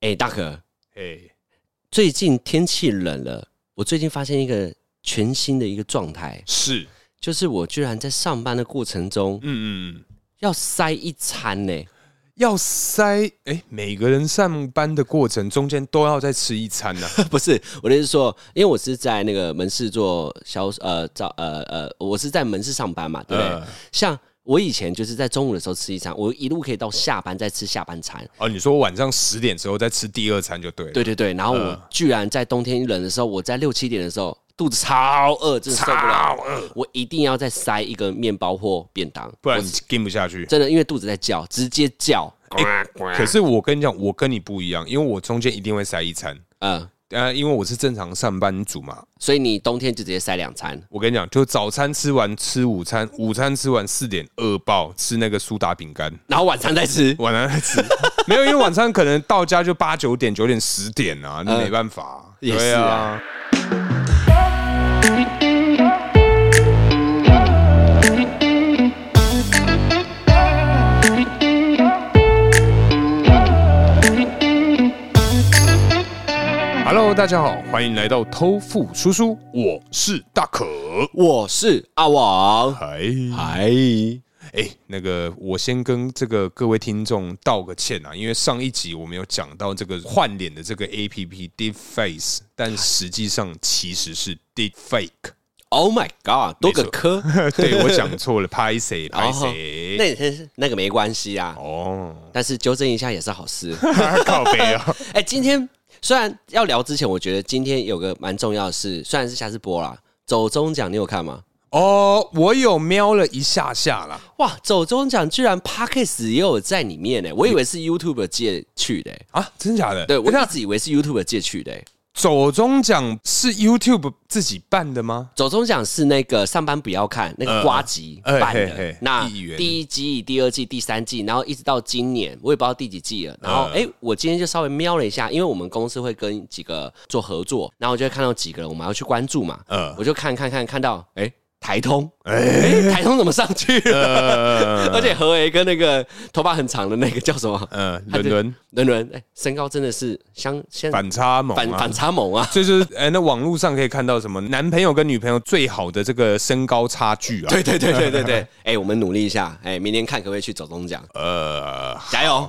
哎、大可，哎，最近天气冷了，我最近发现一个全新的一个状态，是，就是我居然在上班的过程中嗯嗯，嗯要塞一餐呢、 要塞，哎、每个人上班的过程中间都要再吃一餐 呢、不是，我的意思是说，因为我是在那个门市做销呃招呃呃，我是在门市上班嘛，对不对？嗯像我以前就是在中午的时候吃一餐，我一路可以到下班再吃下半餐。哦，你说晚上十点之后再吃第二餐就对了，嗯对对对，然后我居然在冬天冷的时候，我在六七点的时候肚子超饿，真的受不了，我一定要再塞一个面包或便当，不然跟不下去。真的因为肚子在叫，直接叫，可是我跟你讲，我跟你不一样，因为我中间一定会塞一餐，嗯，呃，因为我是正常上班族嘛。所以你冬天就直接塞两餐，我跟你讲，就早餐吃完吃午餐，午餐吃完四点饿爆，吃那个苏打饼干，然后晚餐再吃，晚上再吃。 没有，因为晚上可能到家就八九点、九点、十点啊，那嗯没办法啊、也对是啊啊。Hello，大家好，欢迎来到偷富叔叔，我是大可。我是阿王，嗨，嗨，哎、那个，我先跟这个各位听众道个歉啊，因为上一集我们有讲到这个换脸的这个 A P P Deep Face，但实际上其实是 Deep Fake。 Oh my god，多个 没错科，对我讲错了，拍谁拍然后谁？那也是那个没关系啊，哦，但是纠正一下也是好事。 靠背哦，哎、今天虽然要聊之前，我觉得今天有个蛮重要的事，虽然是下次播啦，走中奖你有看吗？哦，我有瞄了一下下啦。哇，走中奖居然 Parkes 也有在里面呢、我以为是 YouTube 借去的欸、啊，真假的？对我那一直以为是 YouTube 借去的欸、走中奖是 YouTube 自己办 的吗？走中奖是那个上班不要看那个瓜集哎办的，嘿嘿那议员第一季、第二季、第三季，然后一直到今年，我也不知道第几季了。然嗯后哎、诶我今天就稍微瞄了一下，因为我们公司会跟几个做合作，然后我就会看到几个人，我们要去关注嘛，嗯我就看看看看到哎、诶台通，哎、哎台通怎么上去了？呃而且何为跟那个头发很长的那个叫什么呃，他伦就伦伦伦，哎、身高真的是相先反差萌反啊反差萌啊！所以就是，哎、那网络上可以看到什么男朋友跟女朋友最好的这个身高差距啊？对，对对对对对，哎、我们努力一下，哎、明天看可不可以去走中奖，呃加油！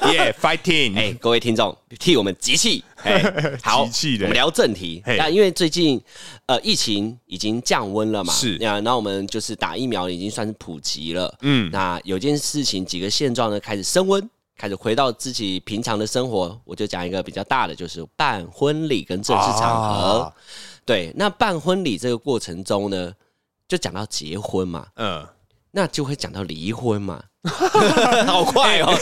，Yeah，fighting，哎、各位听众，替我们集气。 哎、好，集气嘞我们聊正题。嘿那因为最近呃疫情已经降温了嘛，是那那我们就是打疫苗已经算是普及了。嗯，那有件事情，几个现状呢开始升温。开始回到自己平常的生活，我就讲一个比较大的，就是办婚礼跟正式场合。啊对，那办婚礼这个过程中呢，就讲到结婚嘛， 嗯，那就会讲到离婚 嘛，好快哦，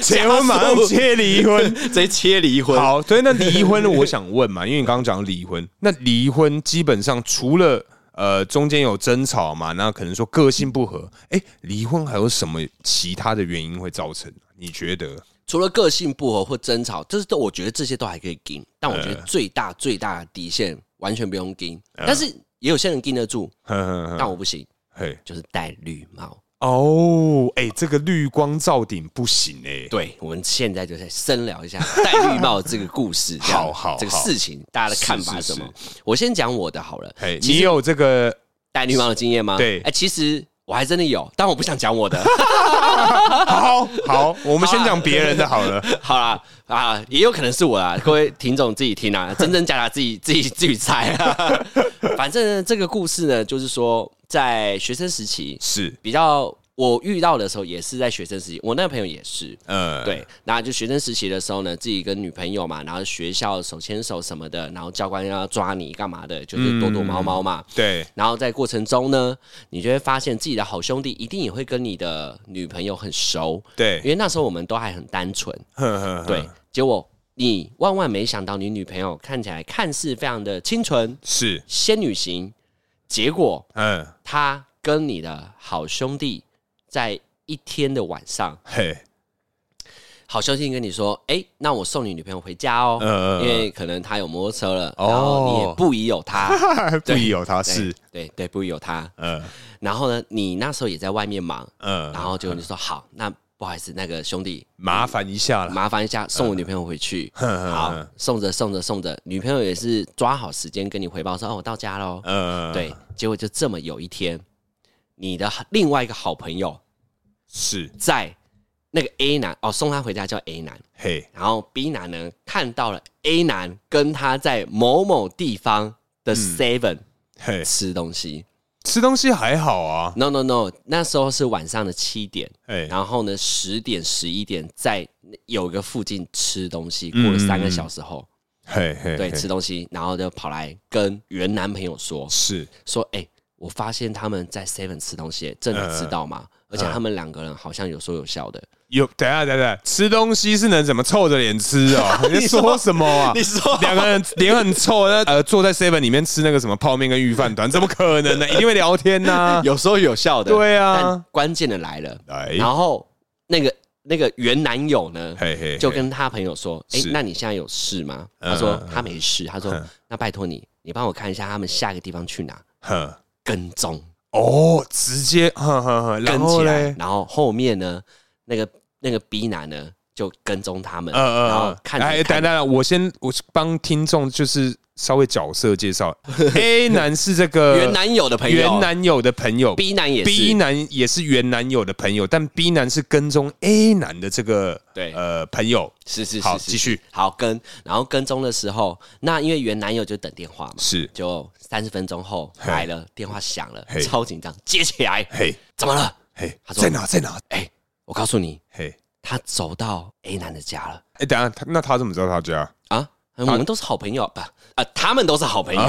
结婚马上切离婚。直接切离婚。好，所以那离婚呢，我想问嘛，因为你刚刚讲离婚，那离婚基本上除了呃中间有争吵嘛，那可能说个性不合，哎、离婚还有什么其他的原因会造成？你觉得？ 除了个性不合或争吵，这是都我觉得这些都还可以盯，但我觉嗯得最大最大的底线完全不用盯。但是也有些人盯得住，呵呵呵但我不行，嘿，就是戴绿帽。哦，哎、这个绿光照顶不行哎、对，我们现在就在深聊一下 戴绿帽这个故事，这样好好这个好事情大家的看法是是是什么？我先讲我的好了。嘿，其你实有这个戴绿帽的经验吗？对哎，其实我还真的有，但我不想讲我 的。 好好，我们先讲别人的好了。 好啦，啊，也有可能是我啦，各位听众自己听啊，真真假假自己自己自己猜啊。反正呢这个故事呢，就是说在学生时期 是，比较我遇到的时候，也是在学生时期，我那个朋友也是。呃，对，那就学生时期的时候呢，自己跟女朋友嘛，然后学校手牵手什么的，然后教官要抓你干嘛的，就是躲躲猫猫嘛。对，然后在过程中呢，你就会发现自己的好兄弟一定也会跟你的女朋友很熟，因对，为那时候我们都还很单纯，呵呵呵对，，结果你万万没想到，你女朋友看起来看似非常的清纯是，仙女型，结果嗯，她跟你的好兄弟在一天的晚上，嘿， 好兄弟跟你说：“哎、那我送你女朋友回家哦，嗯嗯嗯因为可能她有摩托车了，哦然后你也不宜有她，不疑有他 是，对对，不宜有她。嗯然后呢，你那时候也在外面忙，嗯然后就你说好，那不好意思，那个兄弟，麻烦一下啦。麻烦一下送我女朋友回嗯去。好，送着送着送着，女朋友也是抓好时间跟你回报说：“哦，我到家喽。呃，对，，结果就这么有一天，你的另外一个好朋友是在那个 A 男哦送他回家叫 A 男，嘿，然后 B 男呢看到了 A 男跟他在某某地方的 Seven、嘿，吃东西。吃东西还好啊， No No No，那时候是晚上的七点，哎，然后呢十点十一点在有个附近吃东西，过了三个小时后，嘿嘿，对，嘿吃东西，然后就跑来跟原男朋友说是说，哎、我发现他们在 Seven 吃东西，这你知道嗯吗？而且他们两个人好像有说有笑 的。有。等一下，等一下，吃东西是能怎么臭着脸 吃哦？你在说什么啊？说两个人脸很臭，那呃坐在 seven 里面吃那个什么泡面跟御饭团，怎么可能呢？一定会聊天 呐。有说有笑的，对啊但关键的来了，哎，然后那个那个原男友呢，嘿嘿，就跟他朋友说：“哎、是那你现在有事吗？”嗯他说嗯：“他没事。”他说：“那拜托你，你帮我看一下他们下一个地方去哪，哼跟踪哦，直接哼哼哼，然跟后起来嘞，，然后后面呢，那个那个 B 男呢就跟踪他们，呃呃，然后看着哎，看等着等等，我先我帮听众就是稍微角色介绍 ，A 男是这个原男友的朋友，呃原男友的朋友 B 男也是 B 男也是原男友的朋友，但 B 男是跟踪 A 男的这个对呃朋友，是是好是是继续好跟，然后跟踪的时候，那因为原男友就等电话嘛，是就三十分钟后嘿来了，电话响了嘿，超紧张，接起来，嘿怎么了？嘿，他说在哪在哪？哎，我告诉你，嘿，他走到 A 男的家了哎，等一下他那他怎么知道他家？ 啊！我们都是好朋友，不啊、他们都是好朋友，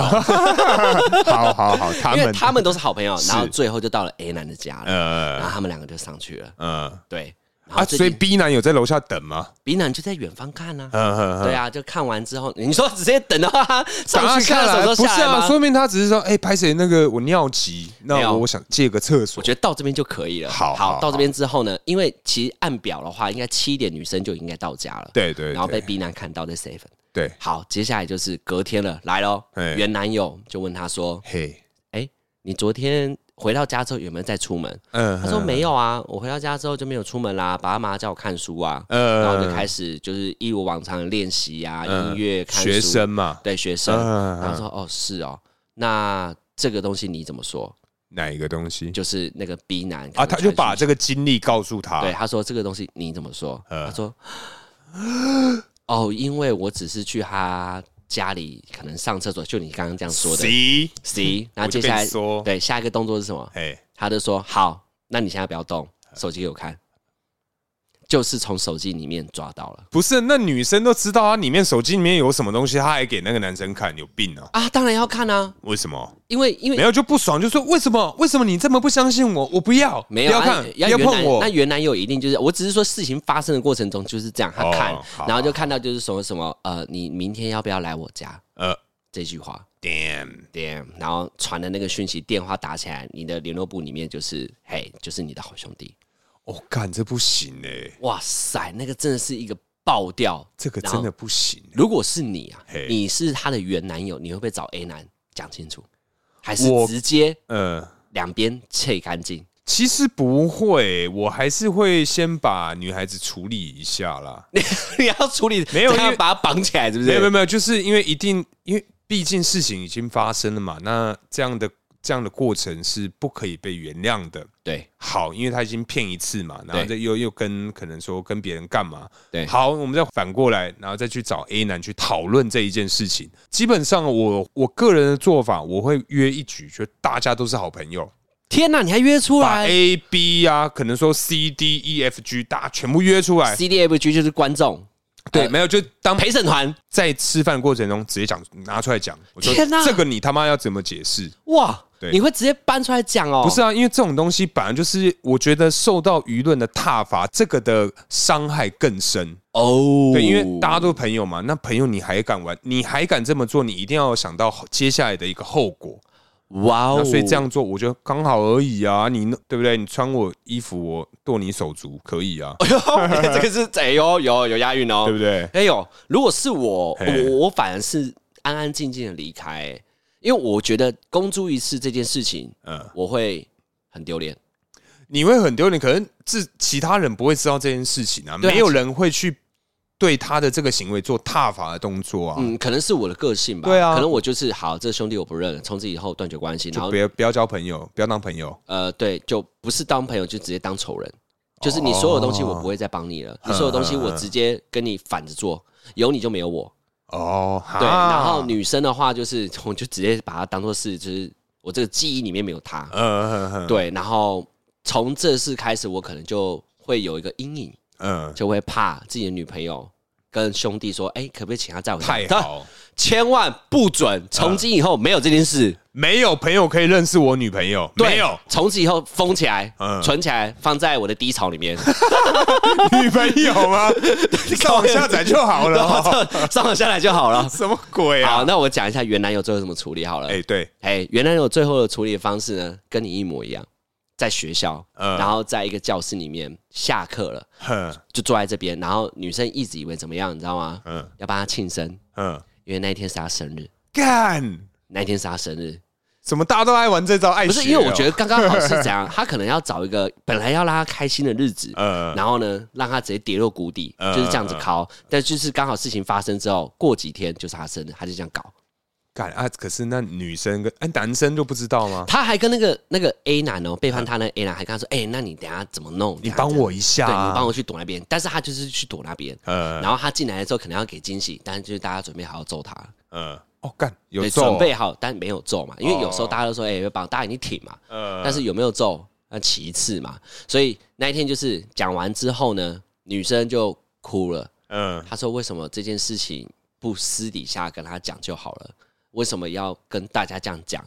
好好好，他因为们他们都是好朋友，是然后最后就到了 A 男的家了，然呃后他们两个就上去了，呃对，然啊，后最所以近 B 男有在楼下等吗？ B 男就在远方看呢、啊。嗯嗯对嗯，啊，就看完之后，你说直接等到他等上他去看的时来候不是下来吗啊，？说明他只是说，哎，拍谁那个我尿急，没那有我我想借个厕我所。觉得到这边就可以了。好好好到这边之后呢，因为其实按表的话，应该七点女生就应该到家了。对对然后被对 B 男看到在 seven。对，好，接下来就是隔天了，来喽。哎原男友就问他说嘿，：“哎，你昨天回到家之后有没有再出门？”嗯他说：“没有啊，我回到家之后就没有出门啦，爸妈叫我看书啊。”呃然后就开始就是一如往常的练习呀、音乐、看书嗯学生嘛，对学生。嗯然后说：“哦，是哦，那这个东西你怎么说？哪一个东西就是那个 B 男啊？他就把这。”这个经历告诉他，对，他说这个东西你怎么说？嗯他说，哦，因为我只是去他家里，可能上厕所，就你刚刚这样说的。 C， C，然我后就接跟下你来说，对下一个动作是什么？嘿，他就说好，那你现在不要动，嗯手机给我看。就是从手机里面抓到了不是，那女生都知道她啊里面手机里面有什么东西，她还给那个男生看，有病啊？啊，当然要看啊，为什么？因为因为没有就不爽，就说为什么？为什么你这么不相信我？我不要，没有不要啊看，不要要原碰来我那。原来有一定就是，我只是说事情发生的过程中就是这样，他哦看，好然后就看到就是什么什么呃，你明天要不要来我家呃这句话， ，damn，对，然后传的那个讯息，电话打起来，你的联络部里面就是，嘿，就是你的好兄弟。我哦干这不行哎，哇塞，那个真的是一个爆掉。这个然后真的不行欸。如果是你啊嘿，你是他的原男友，你会不会找 A 男讲清楚，还是我直接呃，两边切干 净？其实不会，我还是会先把女孩子处理一下啦。你要处理，没有这样因为把他绑起来，是不没有没有是？没有，就是因为一定，因为毕竟事情已经发生了嘛，那这样的这样的过程是不可以被原谅的。对好，因为他已经骗一次嘛，然后对再又又跟可能说跟别人干嘛，对好，我们再反过来，然后再去找 A 男去讨论这一件事情。基本上我，我个人的做法，我会约一局，就大家都是好朋友，天哪，你还约出把来 A、B 啊，可能说 C、D、E、F、G，大家全部约出来。 ？C D F G 就是观众对，没有，就当陪审团，在吃饭过程中直接讲拿出来讲，我说天哪这个你他妈要怎么解释？哇对，你会直接搬出来讲哦？不是啊，因为这种东西本来就是，我觉得受到舆论的挞伐，这个的伤害更深。哦，对，因为大家都是朋友嘛，那朋友你还敢玩，你还敢这么做，你一定要想到接下来的一个后果。哇那哦，所以这样做，我觉得刚好而已啊，你对不对？你穿我衣服，我剁你手足，可以啊，哎 呦，这个是哎呦，有有押韵哦，对不对？对？哎呦，如果是我，嘿我我反而是安安静静的离开、因为我觉得公诸于世这件事情，嗯我会很丢脸。你会很丢脸，可能自其他人不会知道这件事情啊，对啊没有人会去对他的这个行为做踏伐的动作啊，嗯，可能是我的个性吧。对啊可能我就是好，这兄弟我不认，从此以后断绝关系，然就后不要不要交朋友，不要当朋友，呃，对，就不是当朋友，就直接当仇人。就是你所有东西我不会再帮你哦了，你所有东嗯西我直接跟你反着做，有你就没有我。哦，对，哈然后，女生的话就是，我就直接把它当做是，就是我这个记忆里面没有她。嗯嗯，对，然后从这事开始，我可能就会有一个阴影，嗯，就会怕自己的女朋友跟兄弟说，哎、可不可以请她在我家？太好，嗯千万不准，从今以后没有这件事。没有朋友可以认识我女朋友，对没有从此以后封起来嗯，存起来，放在我的低潮里面，女朋友 吗？上网下载就好了然哦、。后上网下来就好了 什么鬼啊？好，那我讲一下原男友最后怎么处理好了哎、。对，哎，原来我最后的处理方式呢，跟你一模一样，在学校，嗯然后在一个教室里面下课了，哼，就坐在这边，然后女生一直以为怎么样，你知道吗？嗯要帮她庆生，嗯，因为那一天是她生日，干，那一天是她生日，怎么大家都爱玩这招爱学不哦、是因为我觉得，得刚刚好是怎 样，她可能要找一个本来要让她开心的日子，呃，然后呢，让她直接跌落谷底，嗯就是这样子考，但就是刚好事情发生之后，过几天就是她生日，她就这样搞，干啊！可是那女生跟哎、男生就不知道吗？她还跟那个那个 A 男哦，背叛她那个 A 男还跟她说，哎，那你等一下怎么弄？嗯你帮我一下、对啊，你帮我去躲那边，但是他就是去躲那边，呃然后他进来的时候可能要给惊喜，但是就是大家准备好要揍他，呃，哦干有对，揍哦、准备好，但没有揍嘛，因为有时候哦大家都说，哎、要帮大家已经挺嘛，呃，但是有没有揍那其次嘛，所以那一天就是讲完之后呢，女生就哭了，嗯、她说为什么这件事情不私底下跟他讲就好了，为什么要跟大家这样讲？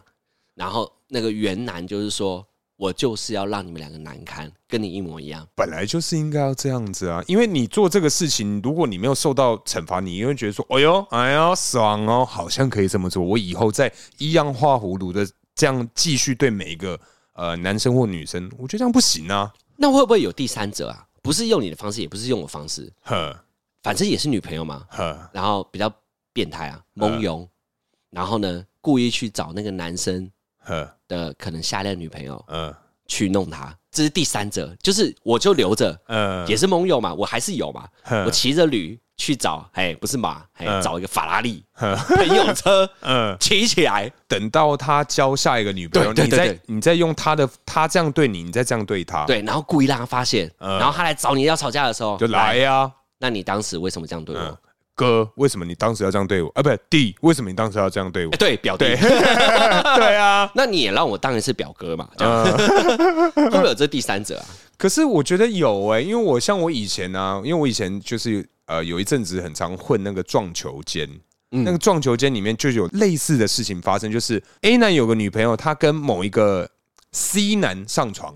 然后那个原男就是说。我就是要让你们两个难堪，跟你一模一样。本来就是应该要这样子啊，因为你做这个事情，如果你没有受到惩罚，你一定会觉得说，哎呦，哎呦，爽哦，好像可以这么做，我以后再一样画葫芦的这样继续对每一个呃男生或女生，我觉得这样不行啊，那会不会有第三者啊？不是用你的方式，也不是用我方式，呵反正也是女朋友嘛，呵，然后比较变态啊，懵恿，然后呢，故意去找那个男生呵，的可能下任女朋友呃去弄他，这是第三者，就是我就留着，呃，也是懵恿嘛，我还是有嘛，呵我骑着驴去找，哎，不是马，哎嗯，找一个法拉利呵朋友车呃，骑起 来，等到他交下一个女朋友，对对你再对对你再用他的他这样对你，你再这样对他，对，然后故意让他发现，嗯然后他来找你要吵架的时候就来，呀、那你当时为什么这样对嗯我？哥，为什么你当时要这样对我？啊，不是弟，为什么你当时要这样对我哎，？ 对，表弟对。对啊，那你也让我当一次表哥嘛，这样、嗯 会不会有这第三者啊？可是我觉得有哎、因为我像我以前啊，因为我以前就是呃有一阵子很常混那个撞球间。嗯那个撞球间里面就有类似的事情发生，就是 A 男有个女朋友，他跟某一个 C 男上床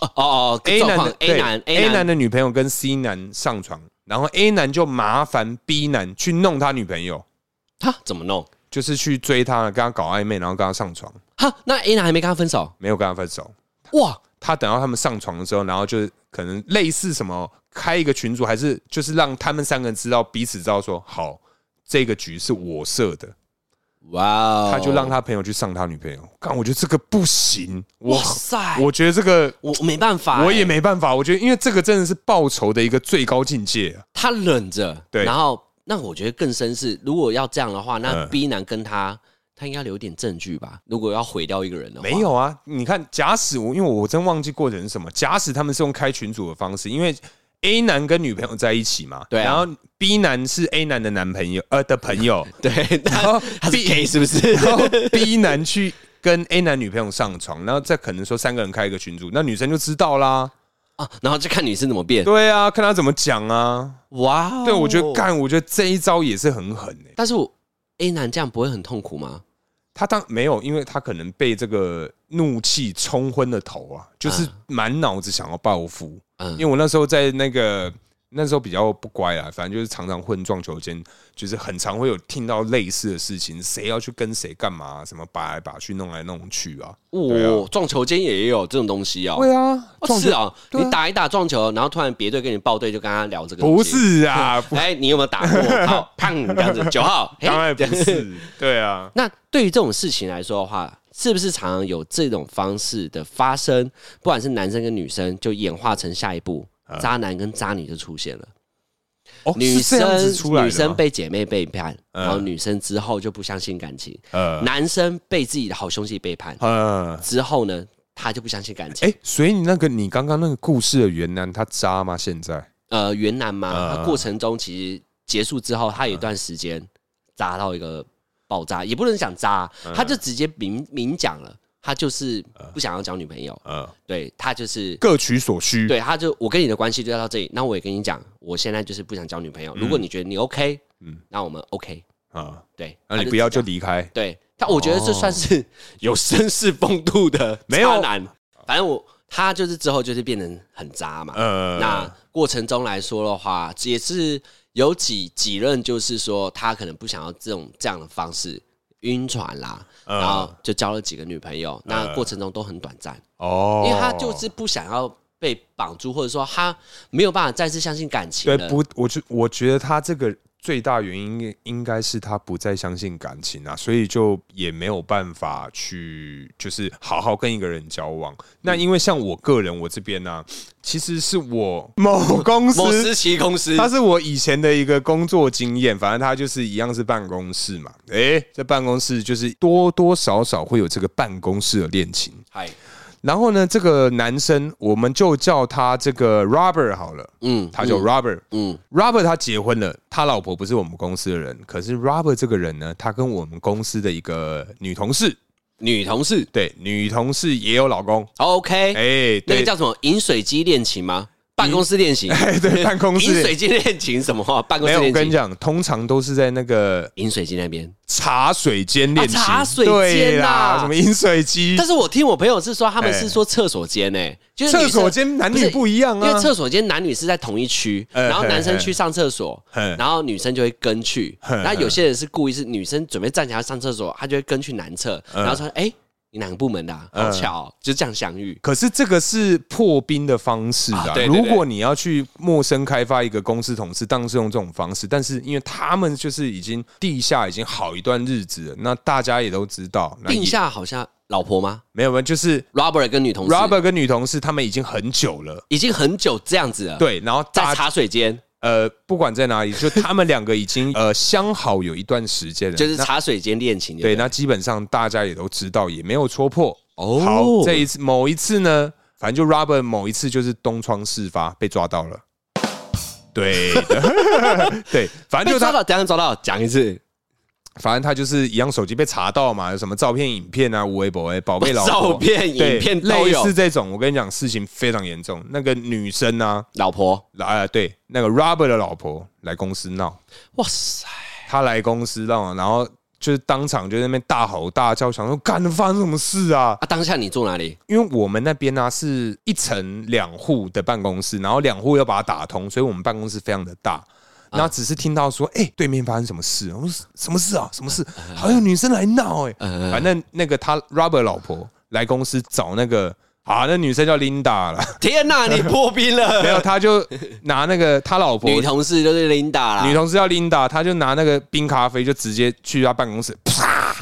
哦哦哦，A 状男况的，A 对男 A A 男男的女朋友跟 C 男上床，然后 A 男就麻烦 B 男去弄他女朋友，他怎么弄？就是去追她，跟她搞暧昧，然后跟她上床，哈，那 A 男还没跟他分手没有跟她分手。哇？他等到他们上床的时候，然后就是可能类似什么开一个群组，还是就是让他们三个人知道彼此知道说好这个局是我设的，哇哦，他就让他朋友去上他女朋友。干，我觉得这个不行，我哇塞，我我觉得这个我没办法欸、我也没办法，我觉得因为这个真的是报仇的一个最高境界啊。他忍着，对然后那我觉得更深是，如果要这样的话，那嗯 B 男跟他。他应该留点证据吧？如果要毁掉一个人的话，没有啊，你看，假使我因为我真忘记过程是什么，假使他们是用开群组的方式，因为 A 男跟女朋友在一起嘛，对啊然后 B 男是 A 男的男朋友呃的 朋友， 对，他后他是 B- gay 是不是？ 然后 B 男去跟 A 男女朋友上床，然后再可能说三个人开一个群组，那女生就知道啦。啊，然后就看女生怎么变。对啊，看他怎么讲啊。哇哦，对，我觉得干，我觉得这一招也是很狠欸诶、但是我 A 男这样不会很痛苦吗？他当没有，因为他可能被这个怒气冲昏了头啊，就是满脑子想要报复。嗯因为我那时候在那个那时候比较不乖啊啦，反正就是常常混撞球间，就是很常会有听到类似的事情，谁要去跟谁干嘛，什么拔来拔去，弄来弄去啊。哦，撞球间也有这种东西哦。对啊，哦撞是球啊，对你打一打撞球，然后突然别队跟你报队，就跟他聊这个。不，是啊，不哎，你有没有打过？好，砰，这样子，九号，嘿当然不。这样是，对啊，那对于这种事情来说的话，是不是常常有这种方式的发生？不管是男生跟女生，就演化成下一步，渣男跟渣女就出现了。嗯哦，女是这生样子出来的吗女生被姐妹背叛，嗯然后女生之后就不相信感情；呃男生被自己的好兄弟背叛呃，之后呢，他就不相信感情。哎，所以你那个你刚刚那个故事的原男他渣吗？现在呃，原男嘛，嗯他过程中其实结束之后，他有一段时间渣到一个爆炸，也不能讲渣，嗯他就直接明明讲了，他就是不想要交女朋友，呃，对他就是。各取所需，对，他就我跟你的关系就到这里，那我也跟你讲，我现在就是不想交女朋友。如果你觉得你 OK，嗯嗯，那我们 OK，啊，对，那他你不要是这就样离开，对，但我觉得这算是 有绅士风度的 没有渣男。反正我他就是之后就是变成很渣嘛。呃，那过程中来说的话，也是有几几任，就是说他可能不想要这种这样的方式晕船啦，嗯然后就交了几个女朋友，呃那过程中都很短暂，哦，因为他就是不想要被绑住，或者说他没有办法再次相信感情对了。不，我就我觉得他这个最大原因应应该是他不再相信感情啊，所以就也没有办法去就是好好跟一个人交往。那因为像我个人，我这边呢、其实是我某公某司私奇公司，它是我以前的一个工作经验，反正它就是一样是办公室嘛。诶、这办公室就是多多少少会有这个办公室的恋情。嗨，然后呢，这个男生我们就叫他这个 Robert 好了，嗯，他叫 Robert。嗯 Robert 他结婚了，他老婆不是我们公司的人，可是 Robert 这个人呢，他跟我们公司的一个女同事，女同事对，女同事也有老公， ，OK，哎、那个对，叫什么饮水机恋情吗？办公室恋 情， 对办公室饮水机恋情什么话？办公没室有，我恋跟你情，讲，通常都是在那个饮水机那边。茶水间恋情，啊茶水间啊对啦，什么饮水机但，是我听我朋友是说，他们哎是说厕所间呢、就是女厕生所间男不女是不一样因为啊，厕所间男女是在同一区，哎然后嘿男生嘿去上厕所，嘿然后女生就会跟去。嘿然后有些人是故意是女生准备站起来上厕所，他就会跟去男厕，嗯然后说：“哎、你哪个部门的、啊？好巧哦、就这样相遇。可是这个是破冰的方式啊啊对对如对果你要去陌生开发一个公司同事，当然是用这种方式。但是因为他们就是已经地下已经好一段日子了，那大家也都知道。那也定下好像老婆吗没有没有，就是？Robert 跟女同事 Robert 跟女同事他们已经很久了，已经很久这样子了，，对，然后啊在大茶水间，呃不管在哪里，就他们两个已经呃相好有一段时间了，就是那茶水间恋情。对，那基本上大家也都知道，也没有戳破。哦好，这一次某一次呢，反正就 Robert 某一次就是东窗事发被抓到了。对 的，对，反正被就抓他，到，怎样抓到？讲一次，反正他就是一样，手机被查到嘛，有什么照片、影片啊，无微博哎，宝贝老婆 照片、对影片都类有似。这种，我跟你讲，事情非常严重。那个女生啊，老婆，来、啊对，那个 Robert 的老婆来公司闹， 哇塞！他来公司闹，然后就是当场就在那边大吼大叫，想说干发生什么事啊？啊，当下你住哪里？因为我们那边呢、是一层两户的办公室，然后两户要把它打通，所以我们办公室非常的大。嗯然后只是听到说，哎、对面发生什么事？我说什么事啊？什么事？好像女生来闹哎、嗯反正那个他 Robert 老婆来公司找那个啊，那女生叫 Linda 了，天哪、你破冰 了！没有，他就拿那个他老婆女同事啊就是 Linda 啦。女女同事叫 Linda，他就拿那个冰咖啡就直接去他办公室，啪！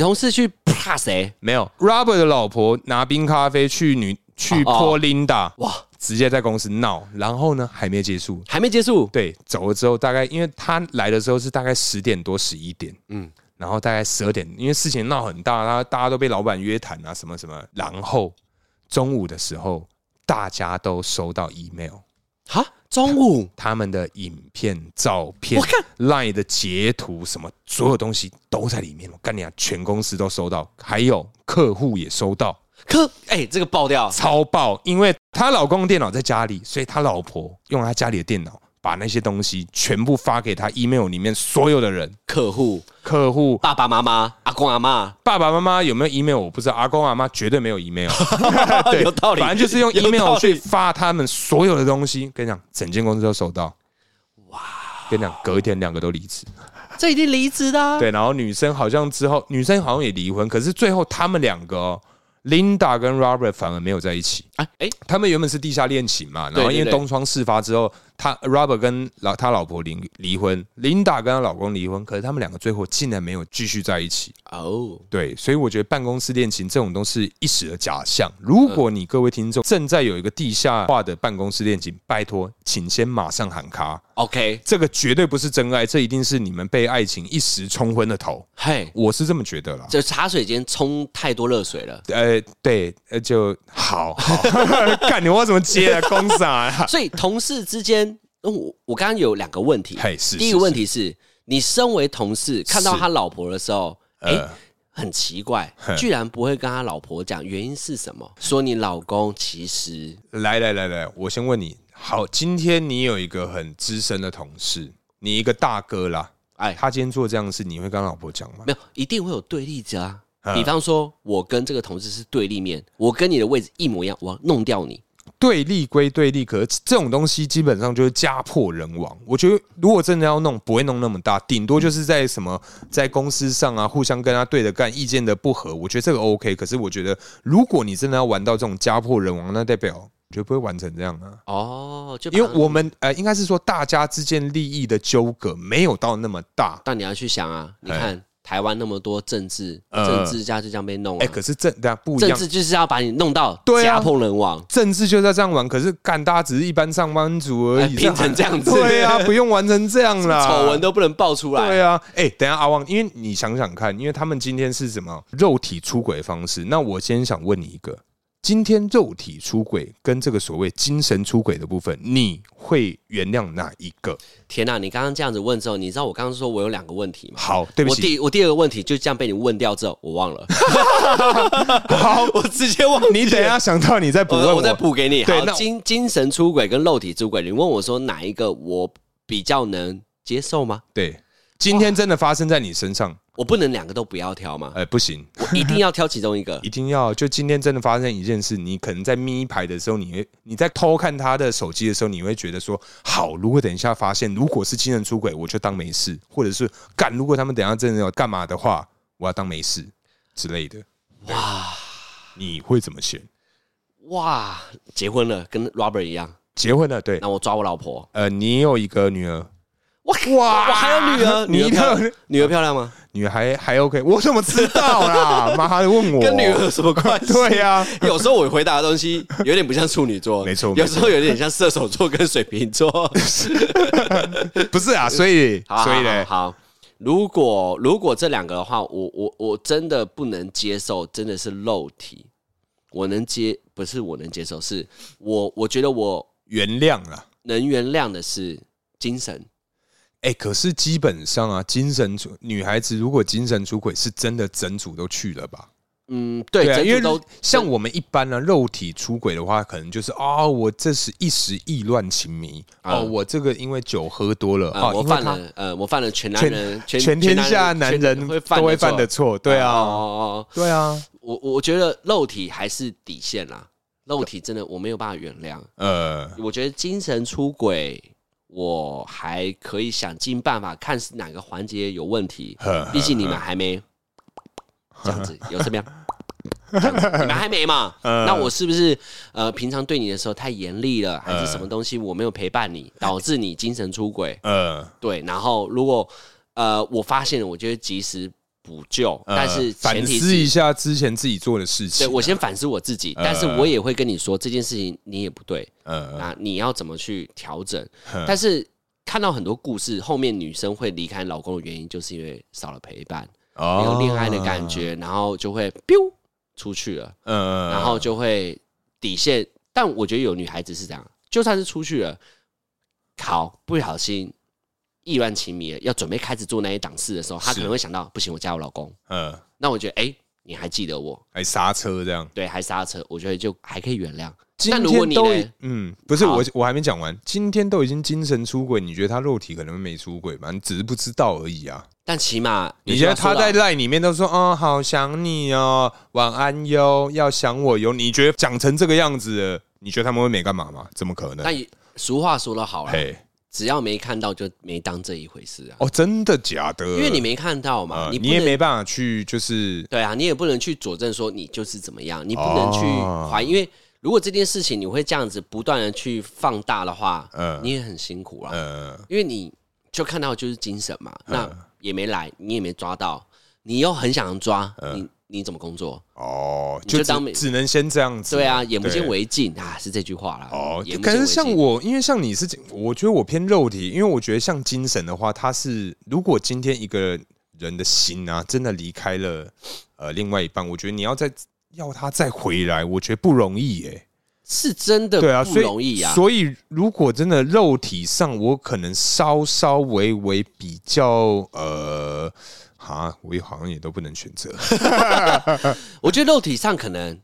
同事去怕谁？没有 Robert 的老婆拿冰咖啡去女去哦泼 Linda，哇，直接在公司闹，然后呢还没结束。还没结束。对，走了之后大概因为他来的时候是大概十点多十一点，嗯，然后大概十二点，因为事情闹很大，然后大家都被老板约谈啊什么什么，然后中午的时候大家都收到 email，哈，中午他们的影片、照片、我看 Line 的截图什么，所有东西都在里面，我干你啊，全公司都收到，还有客户也收到。可哎、这个爆掉超爆，因为她老公电脑在家里，所以她老婆用她家里的电脑把那些东西全部发给他 email 里面所有的人，客户、客户、爸爸妈妈、阿公阿妈，爸爸妈妈有没有 email 我不知道，阿公阿妈绝对没有 email，对有 道理反正就是用有道理 email 去发他们所有的东西。跟你讲，整间公司都收到。哇！跟你讲，隔一天两个都离职。这一定离职的、啊。对，然后女生好像之后，女生好像也离婚，可是最后他们两个、哦、，Linda 跟 Robert 反而没有在一起。啊，哎、他们原本是地下恋情嘛，对然后因为对对东窗事发之后，他 Robert 跟老他老婆离离婚，Linda 跟她老公离婚，可是他们两个最后竟然没有继续在一起。哦，对，所以我觉得办公室恋情这种都是一时的假象。如果你各位听众正在有一个地下化的办公室恋情，拜托，请先马上喊卡， OK，这个绝对不是真爱，这一定是你们被爱情一时冲昏了头。嘿，我是这么觉得啦。这茶水间冲太多热水了，呃，对，呃，就好好， 干你我怎么接啊？公傻啊！所以同事之间，呃我我刚刚有两个问题，嘿是第一是个问题是你身为同事看到是他老婆的时候，哎、呃很奇怪嘿，居然不会跟他老婆讲原因是什么，说你老公其实来来来来，我先问你，好，今天你有一个很资深的同事，你一个大哥啦，哎他今天做这样的事，你会跟老婆讲吗？没有，一定会有对立者啊。嗯比方说，我跟这个同事是对立面，我跟你的位置一模一样，我要弄掉你。对立归对立，可是这种东西基本上就是家破人亡。我觉得如果真的要弄，不会弄那么大，顶多就是在什么在公司上啊，互相跟他对着干，意见的不合，我觉得这个 OK。可是我觉得，如果你真的要玩到这种家破人亡，那代表绝不会玩成这样啊。哦，就把因为我们呃，应该是说大家之间利益的纠葛没有到那么大。但你要去想啊，你看台湾那么多政治呃政治家就这样被弄哎、啊，可是政对啊不一政样，治就是要把你弄到对啊家破人亡。政治就是要这样玩。可是干大家只是一般上班族而已，哎拼成这样子 对啊，不用玩成这样啦。丑闻都不能爆出来。对啊，哎、等一下阿旺，因为你想想看，因为他们今天是什么肉体出轨方式？那我先想问你一个，今天肉体出轨跟这个所谓精神出轨的部分，你会原谅哪一个？天哪、你刚刚这样子问之后，你知道我刚刚说我有两个问题吗？好，对不我起，第我第二个问题就这样被你问掉之后，我忘了。 好， 我直接忘你等一下想到你再补问我，我再补给你。对好那，精精神出轨跟肉体出轨，你问我说哪一个我比较能接受吗？对，今天真的发生在你身上，我不能两个都不要挑 吗？哎、不行，我一定要挑其中一个一定要就今天真的发生一件事，你可能在咪牌的时候，你会你在偷看他的手机的时候，你会觉得说，好，如果等一下发现如果是亲人出轨，我就当没事，或者是干，如果他们等一下真的要干嘛的话，我要当没事之类的。哇你会怎么选？哇！结婚了，跟 Robert 一样，结婚了，对，那我抓我老婆。呃，你有一个女儿，哇哇哇！我还有女儿，你女儿漂亮的，女儿漂亮吗？女孩还 OK，我怎么知道 啦？妈的，问我跟女儿有什么关系？对呀、 有时候我回答的东西有点不像处女座，没错有时候有点像射手座跟水瓶 座。不是啊，所以 好好所以呢，好，好如果如果这两个的话，我我我真的不能接受，真的是肉体，我能接不是我能接受，是我我觉得我原谅了。能原谅的是精神，哎、可是基本上啊，精神出女孩子如果精神出轨，是真的整组都去了吧？嗯，对，啊，整因组为都像我们一般呢、肉体出轨的话，可能就是啊、我这是一时意乱情迷、啊哦，我这个因为酒喝多了呃，啊，我因为犯他了呃，我犯了全男全人全全天下全男人会犯都会犯的的错，错，对哦啊，哦哦对啊，我我觉得肉体还是底线啦，肉体真的我没有办法原谅。呃，我觉得精神出轨，我还可以想尽办法看是哪个环节有问题。呵毕竟你们还没这样子，有什么样？这样子你们还没嘛？嗯那我是不是呃，平常对你的时候太严厉了，还是什嗯么东西我没有陪伴你，导致你精神出轨？呃，对，然后如果呃我发现了，我就会及时补救，呃但是前反提思是一下之前自己做的嗯事情啊对，我先反思我自己，但是我也会跟你说这件事情你也不对，呃，啊，你要怎么去调整嗯？但是看到很多故事，后面女生会离开老公的原因，就是因为少了陪伴，哦没有恋爱的感，觉，然后就会 biu 出去了，呃，然后就会底线。但我觉得有女孩子是这样，就算是出去了，好不小心意乱情迷了，要准备开始做那一档事的时候，她是可能会想到，不行，我加我老公，呃，那我觉得，哎、你还记得我，还刹车这样。对，还刹车，我觉得就还可以原谅。今但如果天你都嘞已嗯，不是好我我还没讲完，今天都已经精神出轨，你觉得他肉体可能没出轨吧？你只是不知道而已啊。但起码你觉得他在有句话说得好赖里面都说哦，好想你哦，晚安哟，要想我哟。你觉得讲成这个样子了，你觉得他们会没干嘛吗？怎么可能？但也俗话说得好了，啊嘿，只要没看到就没当这一回事啊，哦，真的假的？因为你没看到嘛，呃你不你也能没办法去，就是对啊，你也不能去佐证说你就是怎么样，你不能去哦怀疑，因为如果这件事情你会这样子不断的去放大的话，嗯嗯你也很辛苦啊，呃，因为你就看到就是精神嘛，那也没来，你也没抓到，你又很想抓，嗯你你怎么工作？哦，你就只当没只能先这样子。对啊，眼不见对为净啊，是这句话啦。哦，就眼不可见是为像净我，因为像你是，我觉得我偏肉体，因为我觉得像精神的话，他是如果今天一个人的心啊，真的离开了呃另外一半，我觉得你要再要他再回来，我觉得不容易耶、是真的对啊，不所以容易啊。所以如果真的肉体上，我可能稍稍微微比较呃，哈，我也好像也都不能选择，我觉得肉体上可能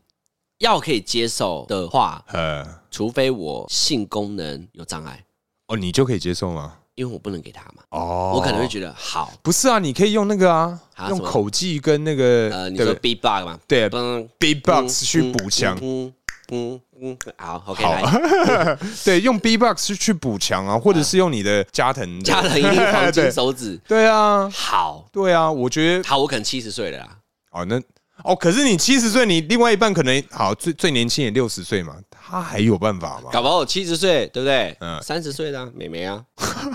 要可以接受的话，呃，除非我性功能有障碍，哦，你就可以接受吗？因为我不能给他嘛，哦，我可能会觉得好。不是啊，你可以用那个啊，啊用什么口技跟那个呃，你对不说对 B bug 嘛，对嘣 b b o x 去补强，嗯嗯嗯，嗯好，OK，好来，嗯对，用 b b o x 去补强啊，或者是用你的加藤的加了一个黄金对手指，对啊，好对啊，我觉得好，我可能七十岁了啦，哦，那哦，可是你七十岁，你另外一半可能好最最年轻也六十岁嘛，他还有办法吗？搞不好我七十岁，对不对？嗯嗯，三十岁的啊妹妹啊，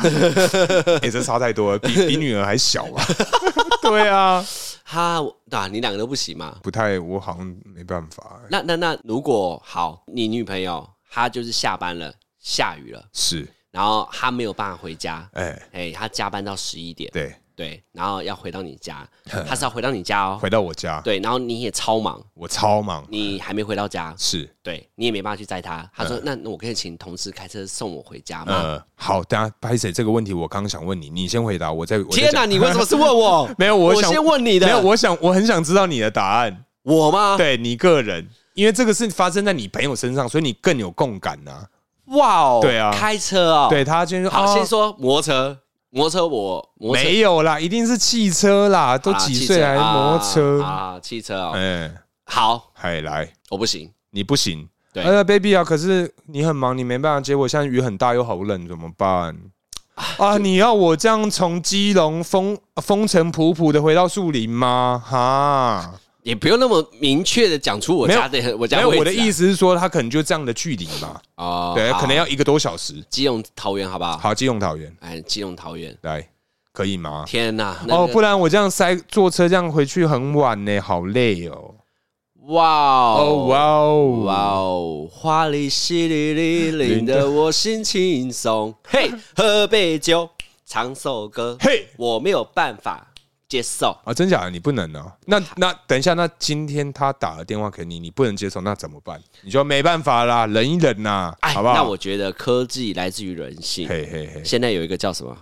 也、哎这差太 多了，比比女儿还小吧？ 对啊，哈，我啊，你两个都不行嘛？不太，我好像没办法、那那那，如果好，你女朋友她就是下班了，下雨了，是，然后她没有办法回家，哎、哎，她加班到十一点，对，对，然后要回到你 家，她是要回到你家哦，回到我家，对，然后你也超忙，我超忙，你还没回到家，是。对你也没办法去载她。她嗯说：“那那我可以请同事开车送我回家吗呃，好，等下拍谁这个问题，我刚想问你，你先回答，我再。？”我再天哪，讲你为什么是问我 ？没有，我我想先问你没的，有，啊我想我很想知道你的答案，我吗？对你个人，因为这个是发生在你朋友身上，所以你更有共感呐、哇哦，对啊开车哦，对他今天说，好，啊先说摩托车，摩托车我摩托车没有啦，一定是汽车啦，都啊几汽岁还摩托车？啊？啊汽车哦，哎，好，还来，我不行，你不行。对哎呀，baby 啊，可是你很忙，你没办法接我。现在雨很大又好冷，怎么办？啊，你要我这样从基隆风风尘仆仆的回到树林吗？哈，也不用那么明确的讲出我家的我没家有，我的位意置思是说，他可能就这样的距离嘛，啊哦，对，好可能要一个多小时。基隆桃园好不好？好，基隆桃园哎，基隆桃园，来，可以吗？天哪，那哦，个不然我这样塞坐车这样回去很晚呢，好累哦。哇哦哦哇哦哇哦，花里稀里里令得我心轻松，嘿，喝杯酒，唱首歌，嘿我没有办法接受。啊，真假的你不能啊？那那等一下，那今天他打了电话给你，你不能接受，那怎么办？你就没办法啦，忍一忍呐、哎，好不好？那我觉得科技来自于人性。嘿嘿嘿，现在有一个叫什么？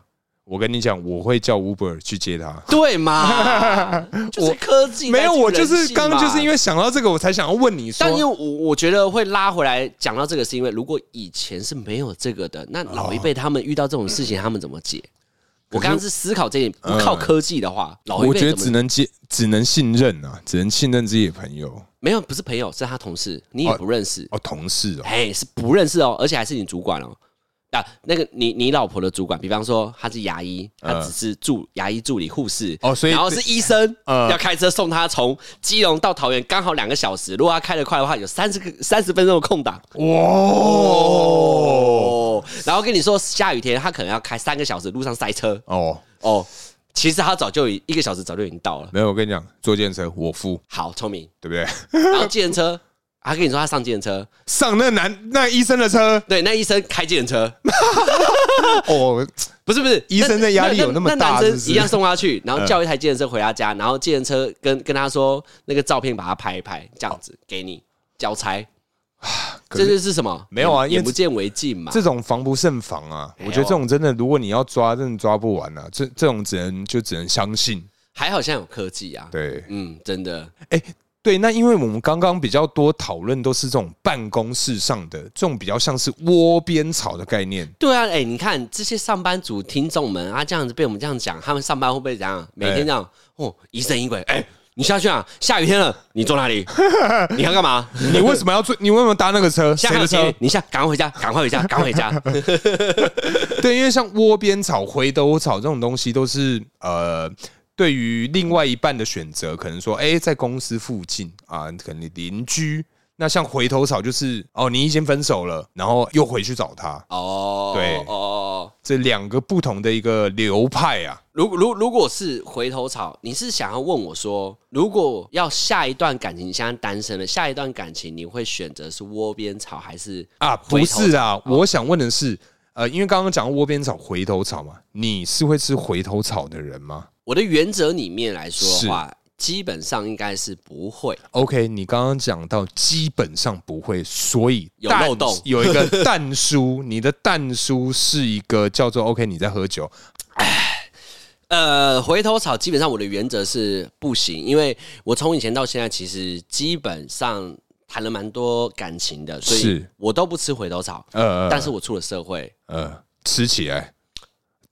我跟你讲，我会叫 Uber 去接他。对 嘛？就是科技没有，我就是刚刚就是因为，为想到这个，我才想要问你说但因为，我我觉得会拉回来讲到这个，是因为如果以前是没有这个的，那老一辈哦他们遇到这种事情，他们怎么解？我刚刚是思考这一点，不靠科技的话，老一嗯我觉辈得怎只么能接，只能信任啊，只能信任自己的朋友没有？不是朋友，是他同事，你也不认识，哦，同事哦，哎，是不认识哦，而且还是你主管哦。啊，那个你你老婆的主管，比方说他是牙医，他只是助牙医助理、护士嗯哦所以然后是医生，呃要开车送他从基隆到桃园，刚好两个小时。如果他开得快的话，有三十个三十分钟的空档哇哦。然后跟你说下雨天，他可能要开三个小时，路上塞车哦，哦。其实他早就已一个小时早就已经到了，没有，我跟你讲，坐电车我付，好聪明。对不对？ 然后计程车，他跟你说他上计程车，上那男那医生的车，对，那医生开计程车， 哦，不是不是，医生的压力有那么大那男是不是生一样送他去，然后叫一台计程车回他家，然后计程车跟跟他说那个照片把它拍一拍，这样子给你交差。可这是就是什么？没有啊眼因为眼不见为净嘛。这种防不胜防啊！没有我觉得这种真的，如果你要抓，真的抓不完啊。这这种只能就只能相信。还好现在有科技啊。对，嗯，真的，哎、对，那因为我们刚刚比较多讨论都是这种办公室上的，这种比较像是窝边草的概 念。对啊，哎、你看这些上班族听众们啊，这样子被我们这样讲，他们上班会不会怎样？每天这样、哦，疑神疑鬼。哎、你下去啊，下雨天了，你坐哪 里？你要干嘛？你为什么要坐？你为什么搭那个 车？下哎谁的车？你下，赶快回家，赶快回家，赶快回 家。对，因为像窝边草、回头草这种东西，都是呃，对于另外一半的选择，可能说，哎、在公司附近啊，可能邻居。那像回头草就是，哦，你已经分手了，然后又回去找他，哦，对哦哦哦。这两个不同的一个流派啊。如如如果是回头草，你是想要问我说，如果要下一段感情，你现在单身了，下一段感情你会选择是窝边草还是啊，回不头是啊，我想问的是，呃，因为刚刚讲窝边草、回头草嘛，你是会吃回头草的人吗我的原则里面来说的话，基本上应该是不会。 ？OK，你刚刚讲到基本上不会，所以有蛋漏洞有一个 蛋叔，你的蛋叔是一个叫做 OK，你在喝酒，呃，回头草基本上我的原则是不行，因为我从以前到现在，其实基本上谈了蛮多感情的，所以是我都不吃回头草。呃但是我出了社会，呃，吃起来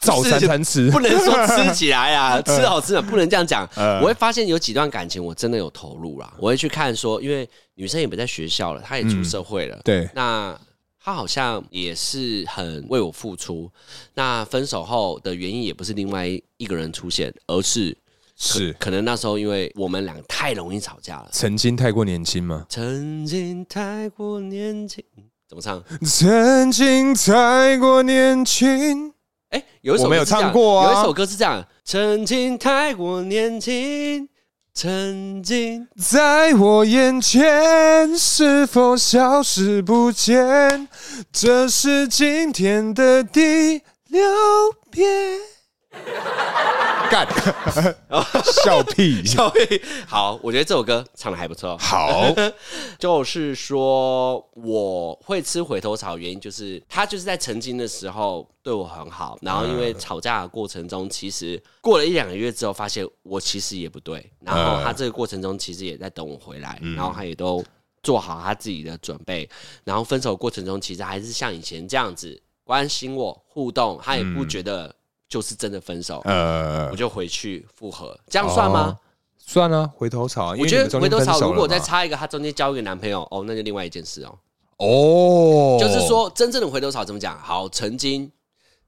早三餐吃不，能说吃起来啊，吃好吃的不能这样 讲。呃我会发现有几段感情我真的有投入啦，我会去看说，因为女生也不在学校了，她也出社会了，嗯对，那她好像也是很为我付出。那分手后的原因也不是另外一个人出现，而是是可能那时候因为我们俩太容易吵架了，曾经太过年轻吗？曾经太过年轻，嗯怎么唱？曾经太过年轻，哎、有一首我没有歌是这样唱过啊有一首歌是这样：曾经太过年轻，曾经 在我眼前，是否消失不见？这是今天的第六遍。干，笑屁！小伟。好，我觉得这首歌唱的还不错。好，就是说，我会吃回头草，原因就是他就是在曾经的时候对我很好，然后因为吵架的过程中，其实过了一两个月之后，发现我其实也不对，然后他这个过程中其实也在等我回来，嗯然后他也都做好他自己的准备，然后分手过程中，其实还是像以前这样子关心我、互动，他也不觉得就是真的分手，呃我，就回去复合，这样算吗？哦算了，回头草。因我为觉你得回们中头间分草手如果了再嘛插一个，她中间交一个男朋友，哦，那就另外一件事哦。哦，就是，说，真正的回头草怎么讲？好，曾经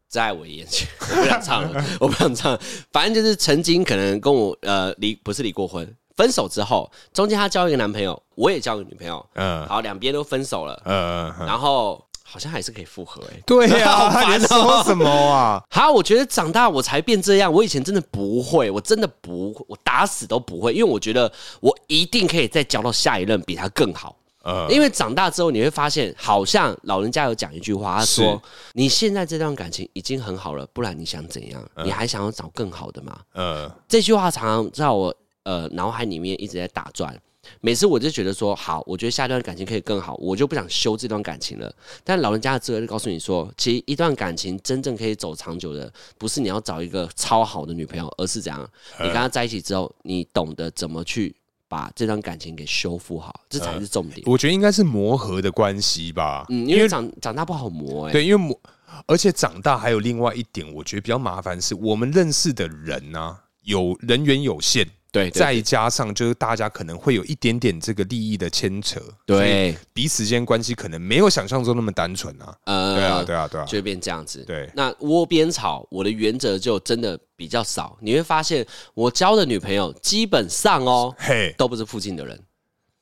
在我眼前，我不想唱了， 我不想唱了。反正就是曾经可能跟我呃离不是离过婚，分手之后，中间她交一个男朋友，我也交一个女朋友，嗯好，两边都分手了，呃，然后好像还是可以复合哎、对好烦呀，哦你在说什么啊？好，我觉得长大我才变这样。我以前真的不会，我真的不会，我打死都不会，因为我觉得我一定可以再交到下一任比他更好。呃，因为长大之后你会发现，好像老人家有讲一句话，他是说：“你现在这段感情已经很好了，不然你想怎样？你还想要找更好的吗呃，？”这句话常常在我呃脑海里面一直在打转。每次我就觉得说，好，我觉得下一段感情可以更好，我就不想修这段感情了。但老人家的智慧就告诉你说，其实一段感情真正可以走长久的，不是你要找一个超好的女朋友，而是怎样，呃你跟她在一起之后，你懂得怎么去把这段感情给修复好，这才是重点。我觉得应该是磨合的关系吧。嗯，因为长长大不好磨哎、对，因为我而且长大还有另外一点，我觉得比较麻烦是我们认识的人呢、有人员有限，对对再加上就是大家可能会有一点点这个利益的牵扯，所以对，彼此间关系可能没有想象中那么单纯啊。呃，对啊，对啊，对啊，就会变这样子。对那窝边草，我的原则就真的比较少。你会发现，我交的女朋友基本上哦，嘿，都不是附近的人。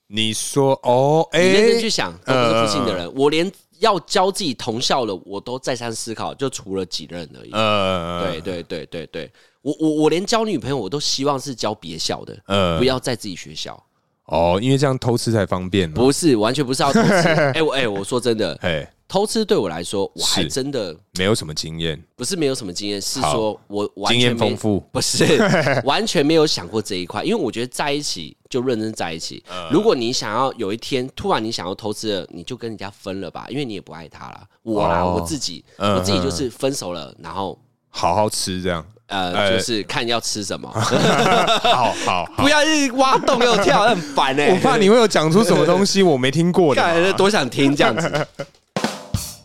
你说哦，哎、你认真去想，都不是附近的呃人。我连要交自己同校的，我都再三思考，就除了几任而已。呃，对，对对对对，我我我连交女朋友，我都希望是交别校的，呃不，要在自己学校。哦，因为这样偷吃才方便嘛。不是，完全不是要偷吃。 哎、我哎、我说真的，嘿，偷吃对我来说，我还是真的没有什么经验，不是没有什么经验，是说我完经全验没丰，富， 不是 完全没有想过这一块，因为我觉得在一起就认真在一起。嗯如果你想要有一天突然你想要偷吃了，你就跟人家分了吧，因为你也不爱他了。我啦，哦我自己，嗯我自己就是分手了，然后好好吃这样， 呃，哎就是看要吃什么， 好好好 不。要一直挖洞又跳，很烦哎、 我怕你会有讲出什么东西我没听过啊的嘛。看多想听这样 子。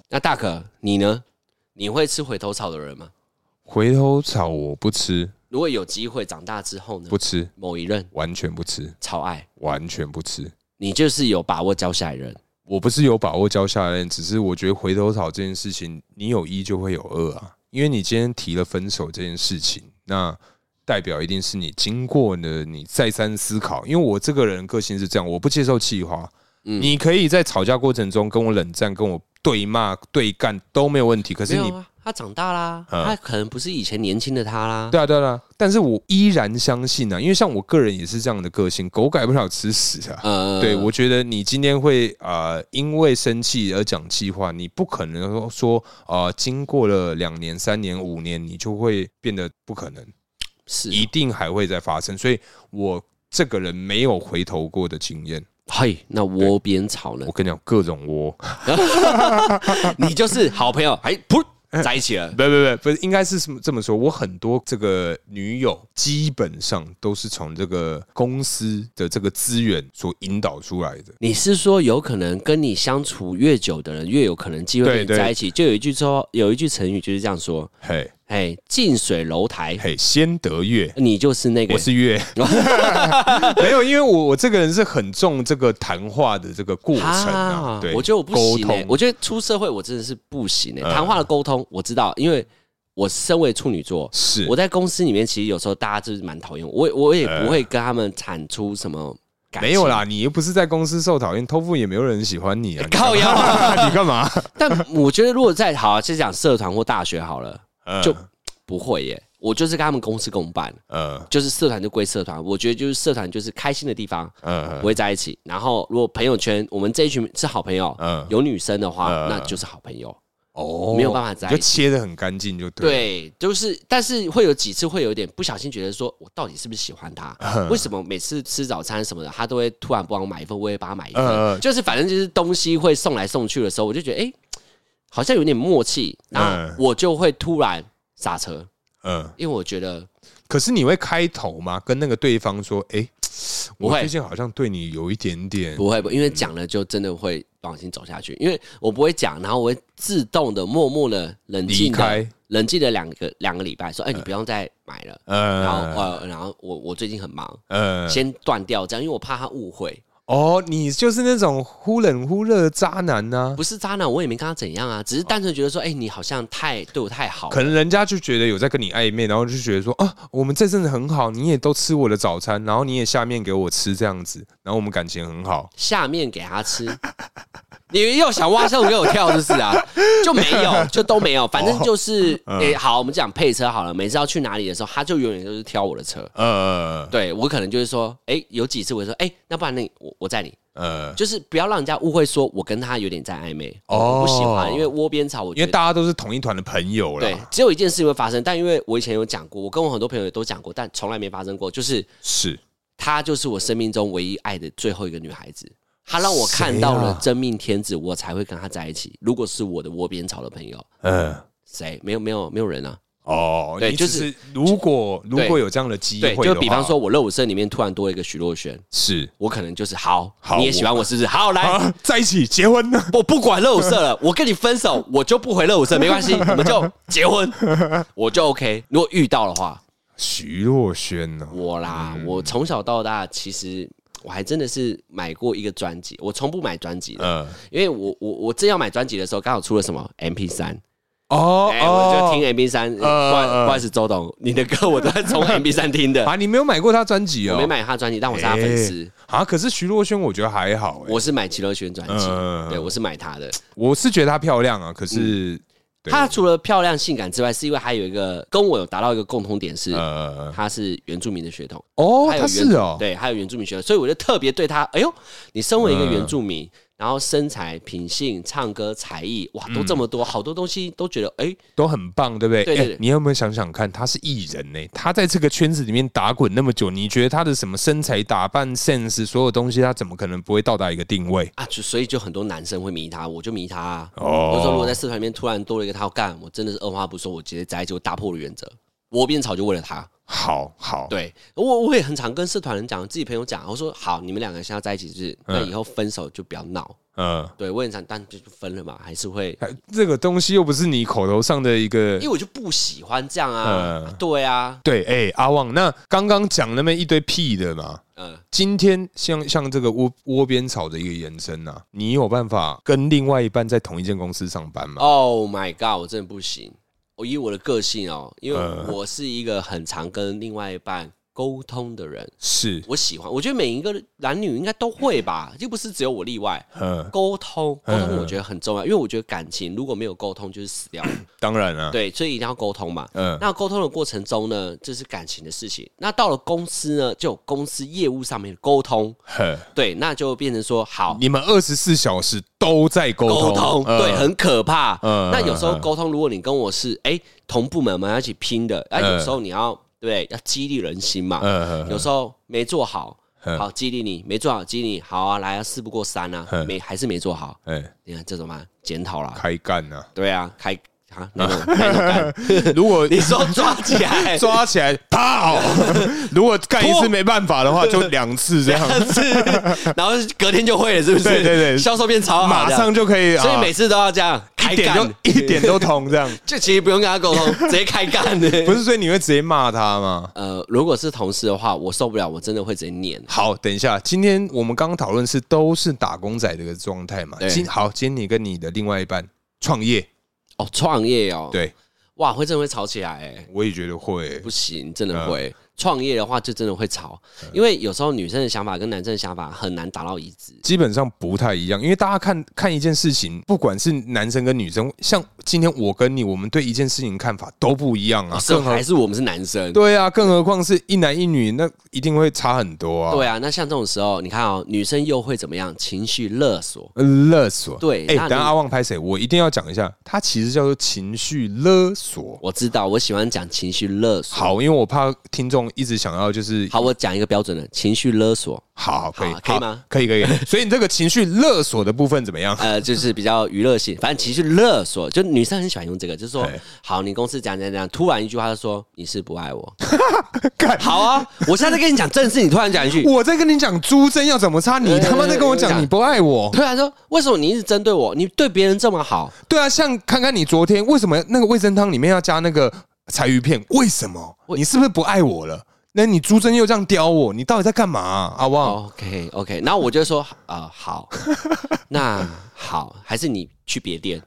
那大可，你呢？你会吃回头草的人吗？回头草我不吃，如果有机会长大之后呢不？吃，某一任完全不吃，超爱完全不吃。你，就是有把握教下一任。我不是有把握教下来的人，只是我觉得回头草这件事情，你有一就会有二啊。因为你今天提了分手这件事情，那代表一定是你经过呢，你再三思考。因为我这个人个性是这样，我不接受气话。嗯你可以在吵架过程中跟我冷战、跟我对骂、对干都没有问题，可没是有你啊，他长大啦，嗯他可能不是以前年轻的他啦。对啊，对啊对啊，但是我依然相信啊，因为像我个人也是这样的个性，狗改不了吃屎啊。呃对，我觉得你今天会呃，因为生气而讲气话，你不可能说呃，经过了两年、三年、五年，你就会变得不可能，是啊一定还会再发生。所以我这个人没有回头过的经验。嘿，那窝边草 呢我？跟你讲，各种窝，你就是好朋友，哎，噗，在一 起了不。不不，不是，应该是这么这么说。我很多这个女友基本上都是从这个公司的这个资源所引导出来的。你是说有可能跟你相处越久的人，越有可能机会跟你对对在一起？就有一句说，有一句成语就是这样说：嘿，哎，近水楼台，嘿，先得月，你就是那个我。是月， 没有，因为我我这个人是很重这个谈话的这个过程啊，对，我觉得我不沟行、通欸，，我觉得出社会我真的是不行哎、嗯谈话的沟通我知道，因为我身为处女座，是我在公司里面其实有时候大家就是蛮讨厌我，我也我也呃不会跟他们产出什么感情。没有啦，你又不是在公司受讨厌，偷富也没有人喜欢你啊，你 靠腰啊。干嘛 你 干嘛？但我觉得如果在好、啊，先讲社团或大学好了，呃就不会耶、我就是跟他们公事公办，呃就是社团就归社团。我觉得就是社团就是开心的地方，呃不会在一起。然后如果朋友圈，我们这一群是好朋友，呃，有女生的话，呃那就是好朋友。哦没有办法在一起就切的很干净就对了，对，就是，但是会有几次会有点不小心觉得说，我到底是不是喜欢他？嗯为什么每次吃早餐什么的，他都会突然帮我买一份，我也帮他买一份？嗯嗯就是反正就是东西会送来送去的时候，我就觉得哎、诶好像有点默契，然后嗯我就会突然刹车，嗯。因为我觉得可是你会开头吗？跟那个对方说，哎、不我会最近好像对你有一点点，不会不，因为讲了就真的会不小心走下去，因为我不会讲，然后我会自动的默默的冷离静的开，嗯冷静的两个两个礼拜，说哎、你不用再买了，然后呃呃然后我我最近很忙。呃，先断掉这样，因为我怕他误会。哦，你就是那种忽冷忽热的渣男啊呐、不是渣男，我也没跟他怎样啊，只是单纯觉得说，哎、你好像太对我太好了。可能人家就觉得有在跟你暧昧，然后就觉得说啊，我们这阵子很好，你也都吃我的早餐，然后你也下面给我吃这样子，然后我们感情很好。下面给他吃， 你又想挖坑给我跳，就是 啊，就没有，就都没哦有，反正就是，哎、嗯好，我们讲配车好了。每次要去哪里的时候，他就永远就是挑我的车。呃对我可能就是说，哎、有几次我就说，哎、那不然那我我载你，呃，就是不要让人家误会说我跟他有点在暧昧，哦我不喜欢，因为窝边草，我因觉为得大家都是同一团的朋友对啦，，只有一件事情会发生，但因为我以前有讲过，我跟我很多朋友也都讲过，但从来没发生过。就是是她就是我生命中唯一爱的最后一个女孩子，她让我看谁到了啊真命天子，我才会跟她在一起。如果是我的窝边草的朋友，呃。谁？没有，没有，没有人啊。哦，嗯对你就只是是如果如对果有这样的机对会，就的比方话说，我热舞社里面突然多了一个徐若瑄，是我可能就是好，好你也喜欢我是不是？好，来，啊，在一起结婚呢，我不管热舞社 了，我跟你分手，我就不回热舞社，没关系，我们就结婚，我就 OK。如果遇到的话，徐若瑄呢？我啦，嗯我从小到大其实我还真的是买过一个专辑，我从不买专辑的，呃，因为我我我正要买专辑的时候，刚好出了什么 MP 三，哦哎，我就哦，听 MP 三，不呃好呃不好意思，周董，你的歌我都在 从 MP 三听的，啊，你没有买过他专辑哦？我没买他专辑，但我是他粉丝，啊，可是徐若瑄我觉得还好、欸，我是买齐乐轩专辑嗯嗯，嗯对我是买他的。我是觉得她漂亮啊，可嗯是、对她除了漂亮性感之外，是因为还有一个跟我有达到一个共通点是，呃她是原住民的血统。哦，还有原她是哦，嗯对，还有原住民学，所以我就特别对他，哎呦，你身为一个原住民，然后身材、品性、唱歌、才艺，哇，都这嗯么多，好多东西都觉得，哎、都很棒，对不对？对对对哎你有没有想想看，他是艺人呢、他在这个圈子里面打滚那么久，你觉得他的什么身材、打扮、sense，所有东西，他怎么可能不会到达一个定位？啊，就所以就很多男生会迷他，我就迷他、啊。哦哦，时候如果在社团里面突然多了一个他要干，我真的是二话不说，我直接摘，就打破了原则。我变草就为了他，哦好好，对我我也很常跟社团人讲，自己朋友讲，我说好，你们两个现在在一起就是，那嗯以后分手就不要闹。嗯，对我也很常，但就是分了嘛，还是会，哎这个东西又不是你口头上的一个因为我就不喜欢这样啊，嗯对啊，对，哎、阿旺，那刚刚讲那么一堆屁的嘛，嗯、今天像像这个窝窝边草的一个延伸啊，你有办法跟另外一半在同一间公司上班吗？ Oh my god！我真的不行。我以我的个性哦，因为嗯我是一个很常跟另外一半沟通的人，是，我喜欢。我觉得每一个男女应该都会吧，又不是只有我例外。嗯，沟通，沟嗯通我觉得很重要，因为我觉得感情如果没有沟通就是死掉了。当然啊，对，所以一定要沟通嘛。嗯，那沟通的过程中呢，这是感情的事情。那到了公司呢，就有公司业务上面的沟通，呵对，那就变成说好你们二十四小时都在沟沟通，通，嗯对，很可怕。嗯那有时候嗯沟通，如果你跟我是哎、同部门嘛，要一起拼的，哎、嗯有时候你要对要激励人心嘛，嗯有时候没做好，嗯好激励你，没做好激励你，好啊，来啊，事不过三啊，嗯没还是没做好，哎、你看这怎么办？检讨啦，开干呐、对啊，开嗯啊那种那种 干，如果。你说抓起来抓起来 跑，如果干一次没办法的话，就两次这样，是，然后隔天就会了，是不是？对对对销售变超好，马上，就可以，所以啊每次都要这样开一点干就，一点都通这 样。就其实不用跟他沟 通，直接开干的。不是，所以你会直接骂他吗？呃，如果是同事的话，我受不了，我真的会直接念。好，等一下，今天我们刚刚讨论是都是打工仔的一个状态嘛？对今好，今天你跟你的另外一半创业，哦，创业哦，，对哇，会真的会吵起来哎，我也觉得会不行，真的嗯会。创业的话，就真的会吵，因为有时候女生的想法跟男生的想法很难达到一致。基本上不太一样，因为大家看看一件事情，不管是男生跟女生，像今天我跟你，我们对一件事情看法都不一样啊，哦是更何还是我们是男生？对啊，更何况是一男一女，那一定会差很多啊。对啊，那像这种时候，你看哦，女生又会怎么样？情绪勒索。呃勒索，对哎、那等下你阿旺拍谁？我一定要讲一下，它其实叫做情绪勒索。我知道，我喜欢讲情绪勒索。，好，因为我怕听众一直想要就是好，我讲一个标准的情绪勒索，好好可以好可以吗？可以可以。 所以你这个情绪勒索的部分怎么样？ 呃，就是比较娱乐性，反正情绪勒索，就女生很喜欢用这个，就是说对，好，你公司讲讲讲，突然一句话就说你是不爱我，干好啊，我现在在跟你讲正事，你突然讲一句， 我在跟你讲朱桢要怎么擦，你对他妈在跟我对讲对你不爱我。突然说为什么你一直针对我？你对别人这么好，对啊，像看看你昨天为什么那个味噌汤里面要加那个柴鱼片？为什么？你是不是不爱我了？那你朱桢又这样刁我，你到底在干嘛啊、阿旺？哦 OK OK，然后我就说呃好，那好，还是你去别 店，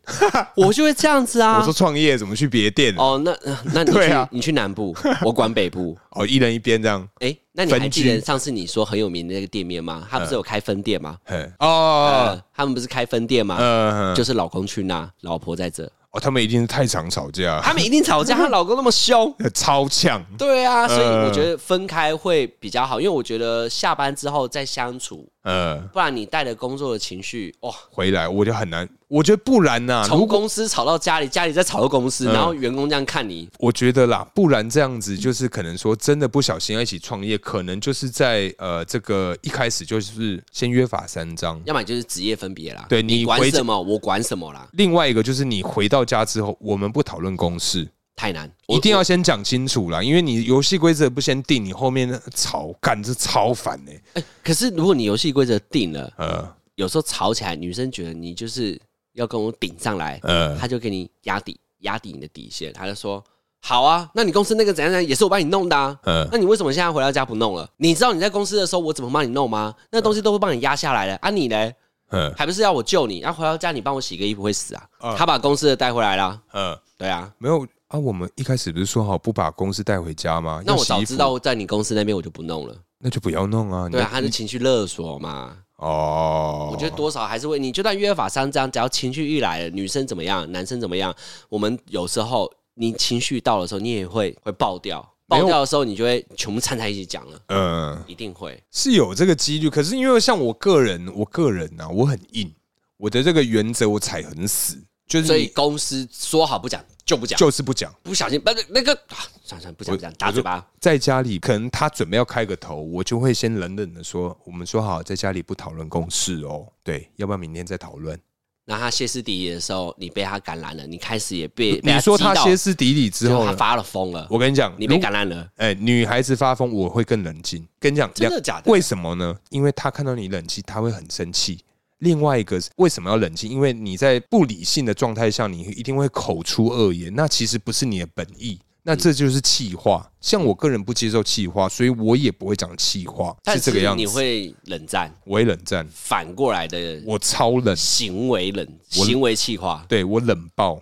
我就会这样子我啊说。创业怎么去别店？哦，哦，那那你去、对啊你去南部，我管北 部。哦一人一边这样。哎、那你还分记居呃得上次你说很有名的那个店面吗？他不是有开分店吗？嘿哦，呃，他们不是开分店吗？呃，就是老公去那，老婆在 这，哦，他们一定是太常吵架，他们一定吵架。她老公那么凶，超呛。对啊，所以呃我觉得分开会比较好，因为我觉得下班之后再相处，呃，不然你带着工作的情绪，哇、回来我就很难，我觉得不然呐、啊如从果嗯公司吵到家里，家里再吵到公司，然后员工这样看你，我觉得啦，不然这样子就是可能说真的不小心要一起创业，可能就是在呃这个一开始就是先约法三章。要么就是职业分别啦。对你你管回什么，我管什么啦，另外一个就是你回到家之后，我们不讨论公事，太难，我一定要先讲清楚啦，因为你游戏规则不先定，你后面吵干这超烦欸呢、哎、可是如果你游戏规则定了，呃有时候吵起来，女生觉得你就是要跟我顶上来，呃，她就给你压底，压底你的底线，她就说。好啊，那你公司那个怎样怎样也是我帮你弄的啊，嗯那你为什么现在回到家不弄了？你知道你在公司的时候我怎么帮你弄吗？那东西都会帮你压下来了啊，你嘞嗯还不是要我救你？然、后啊回到家你帮我洗个衣服会死啊？嗯他把公司的带回来啦，嗯，对啊，没有啊，我们一开始不是说好不把公司带回家吗？那要我洗早衣服嗯知，道在你公司那边我就不弄了。那就不要弄啊。你对啊，就他是情绪勒索嘛。哦，我觉得多少还是会，你就算约法三章，只要情绪一来了，女生怎么样，男生怎么样，我们有时候你情绪到的时候，你也会会爆掉，没有爆掉的时候你就会全部掺在一起讲了，嗯、一定会。是有这个几率，可是因为像我个人，我个人呢、啊，我很硬，我的这个原则我踩很死，就是所以你公司说好不讲就不讲，就是不讲。不小心把那个啊，算了算了，不讲不讲，打嘴巴。在家里，可能他准备要开个头，我就会先冷冷的说：“我们说好在家里不讨论公事哦，对，要不然明天再讨论。那他歇斯底里的时候，你被他感染了，你开始也被”被你说激到他歇斯底里之就后他呢，发了疯了，我跟你讲，你被如感染了，哎、女孩子发疯，我会更冷静。跟你讲，真的两假的为什么呢？因为她看到你冷静，她会很生气。另外一个是为什么要冷静？因为你在不理性的状态下，你一定会口出恶言，那其实不是你的本意，嗯那这就是气话。像我个人不接受气话，所以我也不会讲气话，但这个样你子。会冷战，我也冷战，反过来的我超冷，行为冷我行为气化。对我冷爆，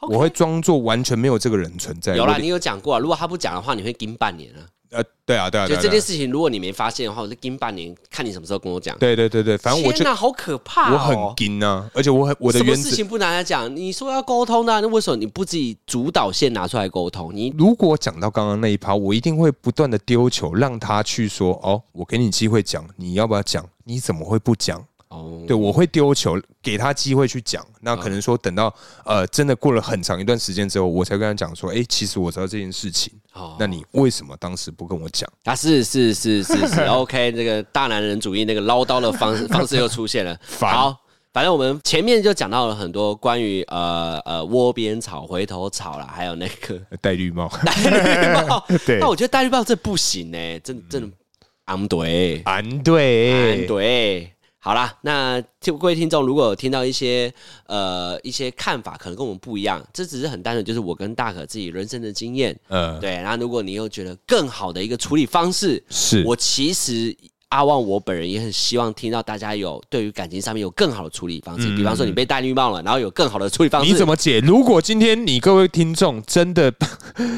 OK 我会装作完全没有这个人存在。有我啦，的你有讲过啊，如果他不讲的话，你会盯半年啊。呃，对啊，对啊，就对啊这对件啊，事情，如果你没发现的话，我就盯半年，看你什么时候跟我讲。对对对对，反正我就天哪，好可怕我哦很！惊啊，而且我很我的什么原事则情不拿来讲？你说要沟通的啊、那为什么你不自己主导线拿出来沟通？你如果讲到刚刚那一趴，我一定会不断的丢球，让他去说哦，我给你机会讲，你要不要讲？你怎么会不讲？哦，对，我会丢球，给他机会去讲。那可能说等到嗯呃真的过了很长一段时间之后，我才跟他讲说，哎、其实我知道这件事情，哦那你为什么当时不跟我讲？啊，是是是是是，OK，这个大男人主义那个唠叨的方式方式又出现了。 烦好，反正我们前面就讲到了很多关于呃呃窝边草、回头草啦，还有那 个戴绿帽，戴绿帽。对那我觉得戴绿帽这不行呢、真真的昂对安安对，对。好啦，那听各位听众，如果有听到一些呃一些看法，可能跟我们不一样，这只是很单纯，就是我跟大可自己人生的经验。呃，对，然后如果你又觉得更好的一个处理方式，是我其实阿旺我本人也很希望听到大家有对于感情上面有更好的处理方式，比方说你被戴绿帽了，然后有更好的处理方式。嗯你怎么解？如果今天你各位听众 真的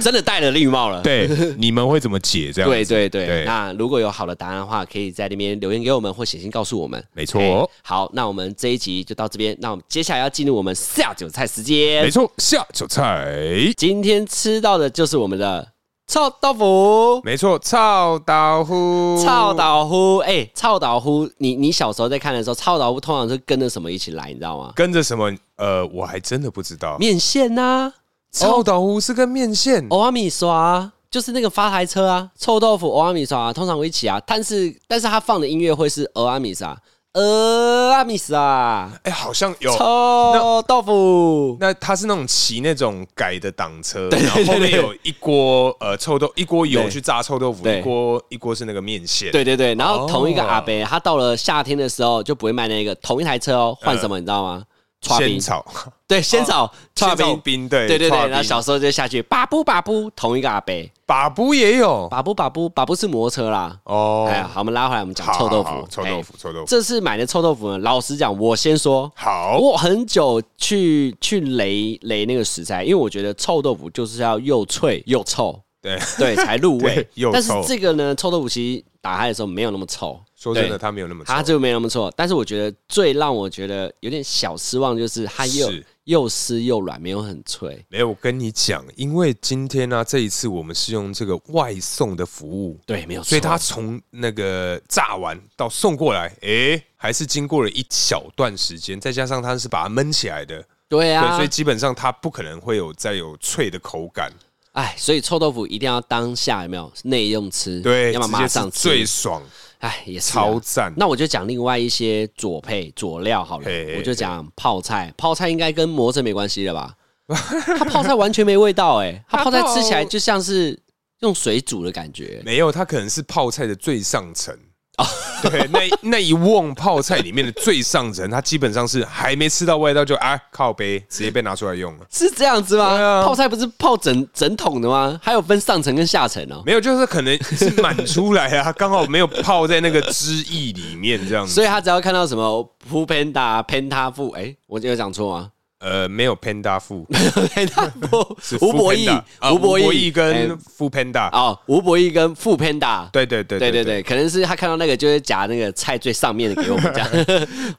真的戴了绿帽了？对，你们会怎么解？这样对子对对对那如果有好的答案的话，可以在那边留言给我们，或写信告诉我们。没错哎好，那我们这一集就到这边，那我们接下来要进入我们下酒菜时没间。错，下酒菜。今天吃到的就是我们的臭豆腐。没错，臭豆腐，臭豆腐，哎、臭豆腐，你你小时候在看的时候，臭豆腐通常是跟着什么一起来，你知道吗？跟着什么？呃，我还真的不知道。面线呐、臭豆腐是跟面线，欧阿米刷、啊，就是那个发财车啊，臭豆腐欧阿米刷、啊，通常会一起啊。但是但是他放的音乐会是欧阿米莎，呃阿米莎，哎，好像有。臭豆腐，哦那它是那种骑那种改的挡车，然后后面有一锅呃臭豆一锅油对去炸臭豆腐，对一锅一锅是那个面线。，对对对。然后哦同一个阿伯，他到了夏天的时候就不会卖那个同一台车哦，换什么你知道吗？刨呃仙冰，草，哦对，仙草刨 仙草冰。冰，对对对刨对，冰然后小时候就下去，把布把布，同一个阿伯，把布也有把布把布，把布是摩托车啦。哦哎呀，。好，我们拉回来，我们讲好臭豆好好腐。臭哎豆腐，臭豆腐。这次买的臭豆腐呢，老实讲，我先说，好，我很久去去雷雷那个食材，因为我觉得臭豆腐就是要又脆又 臭，对，对，才入味对。又但是臭这个呢，臭豆腐其实打开的时候没有那么臭，说真的，对，它没有那么臭它。就没那么臭。但是我觉得最让我觉得有点小失望，就是它又是又湿又软，没有很脆。没有，我跟你讲，因为今天呢、这一次我们是用这个外送的服务，对，没有错。所以它从那个炸完到送过来，诶、还是经过了一小段时间，再加上它是把它焖起来的，对对，啊所以，基本上它不可能会有再有脆的口感，哎，所以臭豆腐一定要当下有没有内用吃？对，要么直马接是上吃。最爽，哎，也是啊超赞。那我就讲另外一些佐配佐料好了嘿嘿，嘿我就讲泡菜，泡菜应该跟魔怔没关系了 吧？它泡菜完全没味道哎、它泡菜吃起来就像是用水煮的感觉。哦没有，它可能是泡菜的最上层。哦 对，那那一瓮泡菜里面的最上层，它基本上是还没吃到味道就啊靠杯，直接被拿出来用了。是这样子吗？对啊泡菜不是泡整整桶的吗？还有分上层跟下层哦、没有，就是可能是满出来 啊，刚好没有泡在那个汁液里面这样子。 所以他只要看到什么 p 喷 panda penta 富，哎，我有讲错吗？呃，没有 Panda 富，没看过是吴 Food 博义 Panda，啊，吴吴博博义义跟哎 Food Panda，哦，吴博义跟富 Panda。对对对对对对，可能是他看到那个就会夹那个菜最上面的给我们 这样会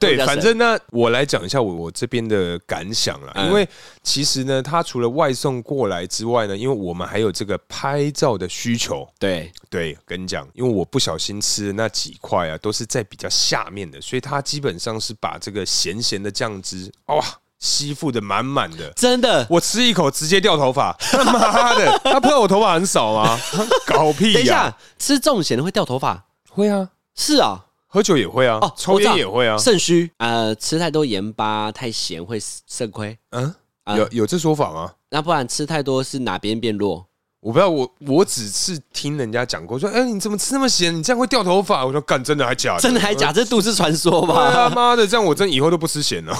对比，较省嗯反正呢，我来讲一下我我这边的感想啦。因为其实呢，它除了外送过来之外呢，因为我们还有这个拍照的需求。对对，跟你讲，因为我不小心吃的那几块啊，都是在比较下面的，所以它基本上是把这个咸咸的酱汁，哇，吸附的满满的。真的。我吃一口直接掉头发，他妈的，他不知道我头发很少吗？搞屁等一呀、下，吃重咸的会掉头发？会啊，是啊，喝酒也会啊，哦，抽我知道烟也会啊，肾虚。呃，吃太多盐巴太咸会肾亏，嗯，啊有有这说法吗？那不然吃太多是哪边变弱？我不知道，我我只是听人家讲过，说，哎、你怎么吃那么咸？你这样会掉头发。我说，干，真的还假的？真的还假？这都市传说啊 对啊，吧？妈的，这样我真以后都不吃咸了。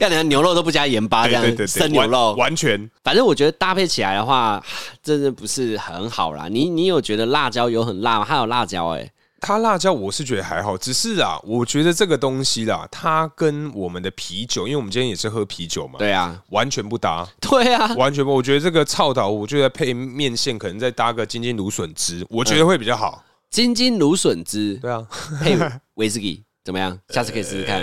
要连牛肉都不加盐巴，对啊这样对对对，生牛完肉。完全反正我觉得搭配起来的话，真的不是很好啦。你你有觉得辣椒有很辣吗？它有辣椒哎、它辣椒我是觉得还好，只是啊，我觉得这个东西啦，它跟我们的啤酒，因为我们今天也是喝啤酒嘛，对啊，完全不搭，对啊，完全不。我觉得这个臭岛，我觉得配面线可能再搭个金金芦笋汁，我觉得会比较好。金金芦笋汁对啊，配威士 忌怎么样？下次可以试试看。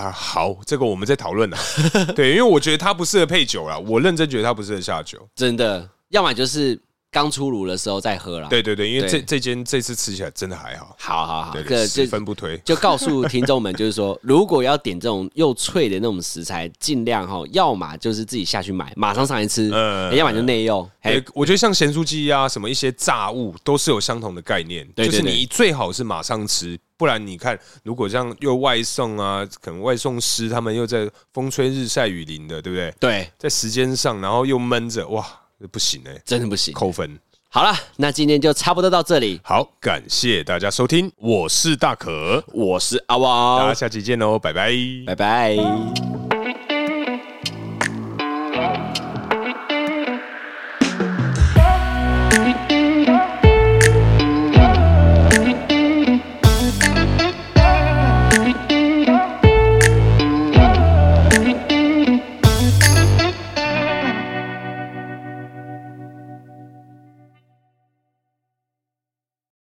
呃，好，这个我们再讨论啦。 对，因为我觉得它不适合配酒啦，我认真觉得它不适合下酒。真的，要么就是刚出炉的时候再喝啦。，对对对，因为对这这间这次吃起来真的还好，好好好，对这就对，十分不推。就告诉听众们，就是说，如果要点这种又脆的那种食材，尽量哈，要么就是自己下去买，马上上来吃，嗯要么就内用。哎嘿，，我觉得像咸酥鸡啊，什么一些炸物都是有相同的概念，对就对是对你最好是马上吃，不然你看，如果像又外送啊，可能外送师他们又在风吹日晒雨淋的，对不对？对，在时间上，然后又闷着，哇，不行哎、真的不行。扣分。好了，那今天就差不多到这里。好，感谢大家收听，我是大可，我是阿大家汪，哦下期见喽，拜拜拜拜。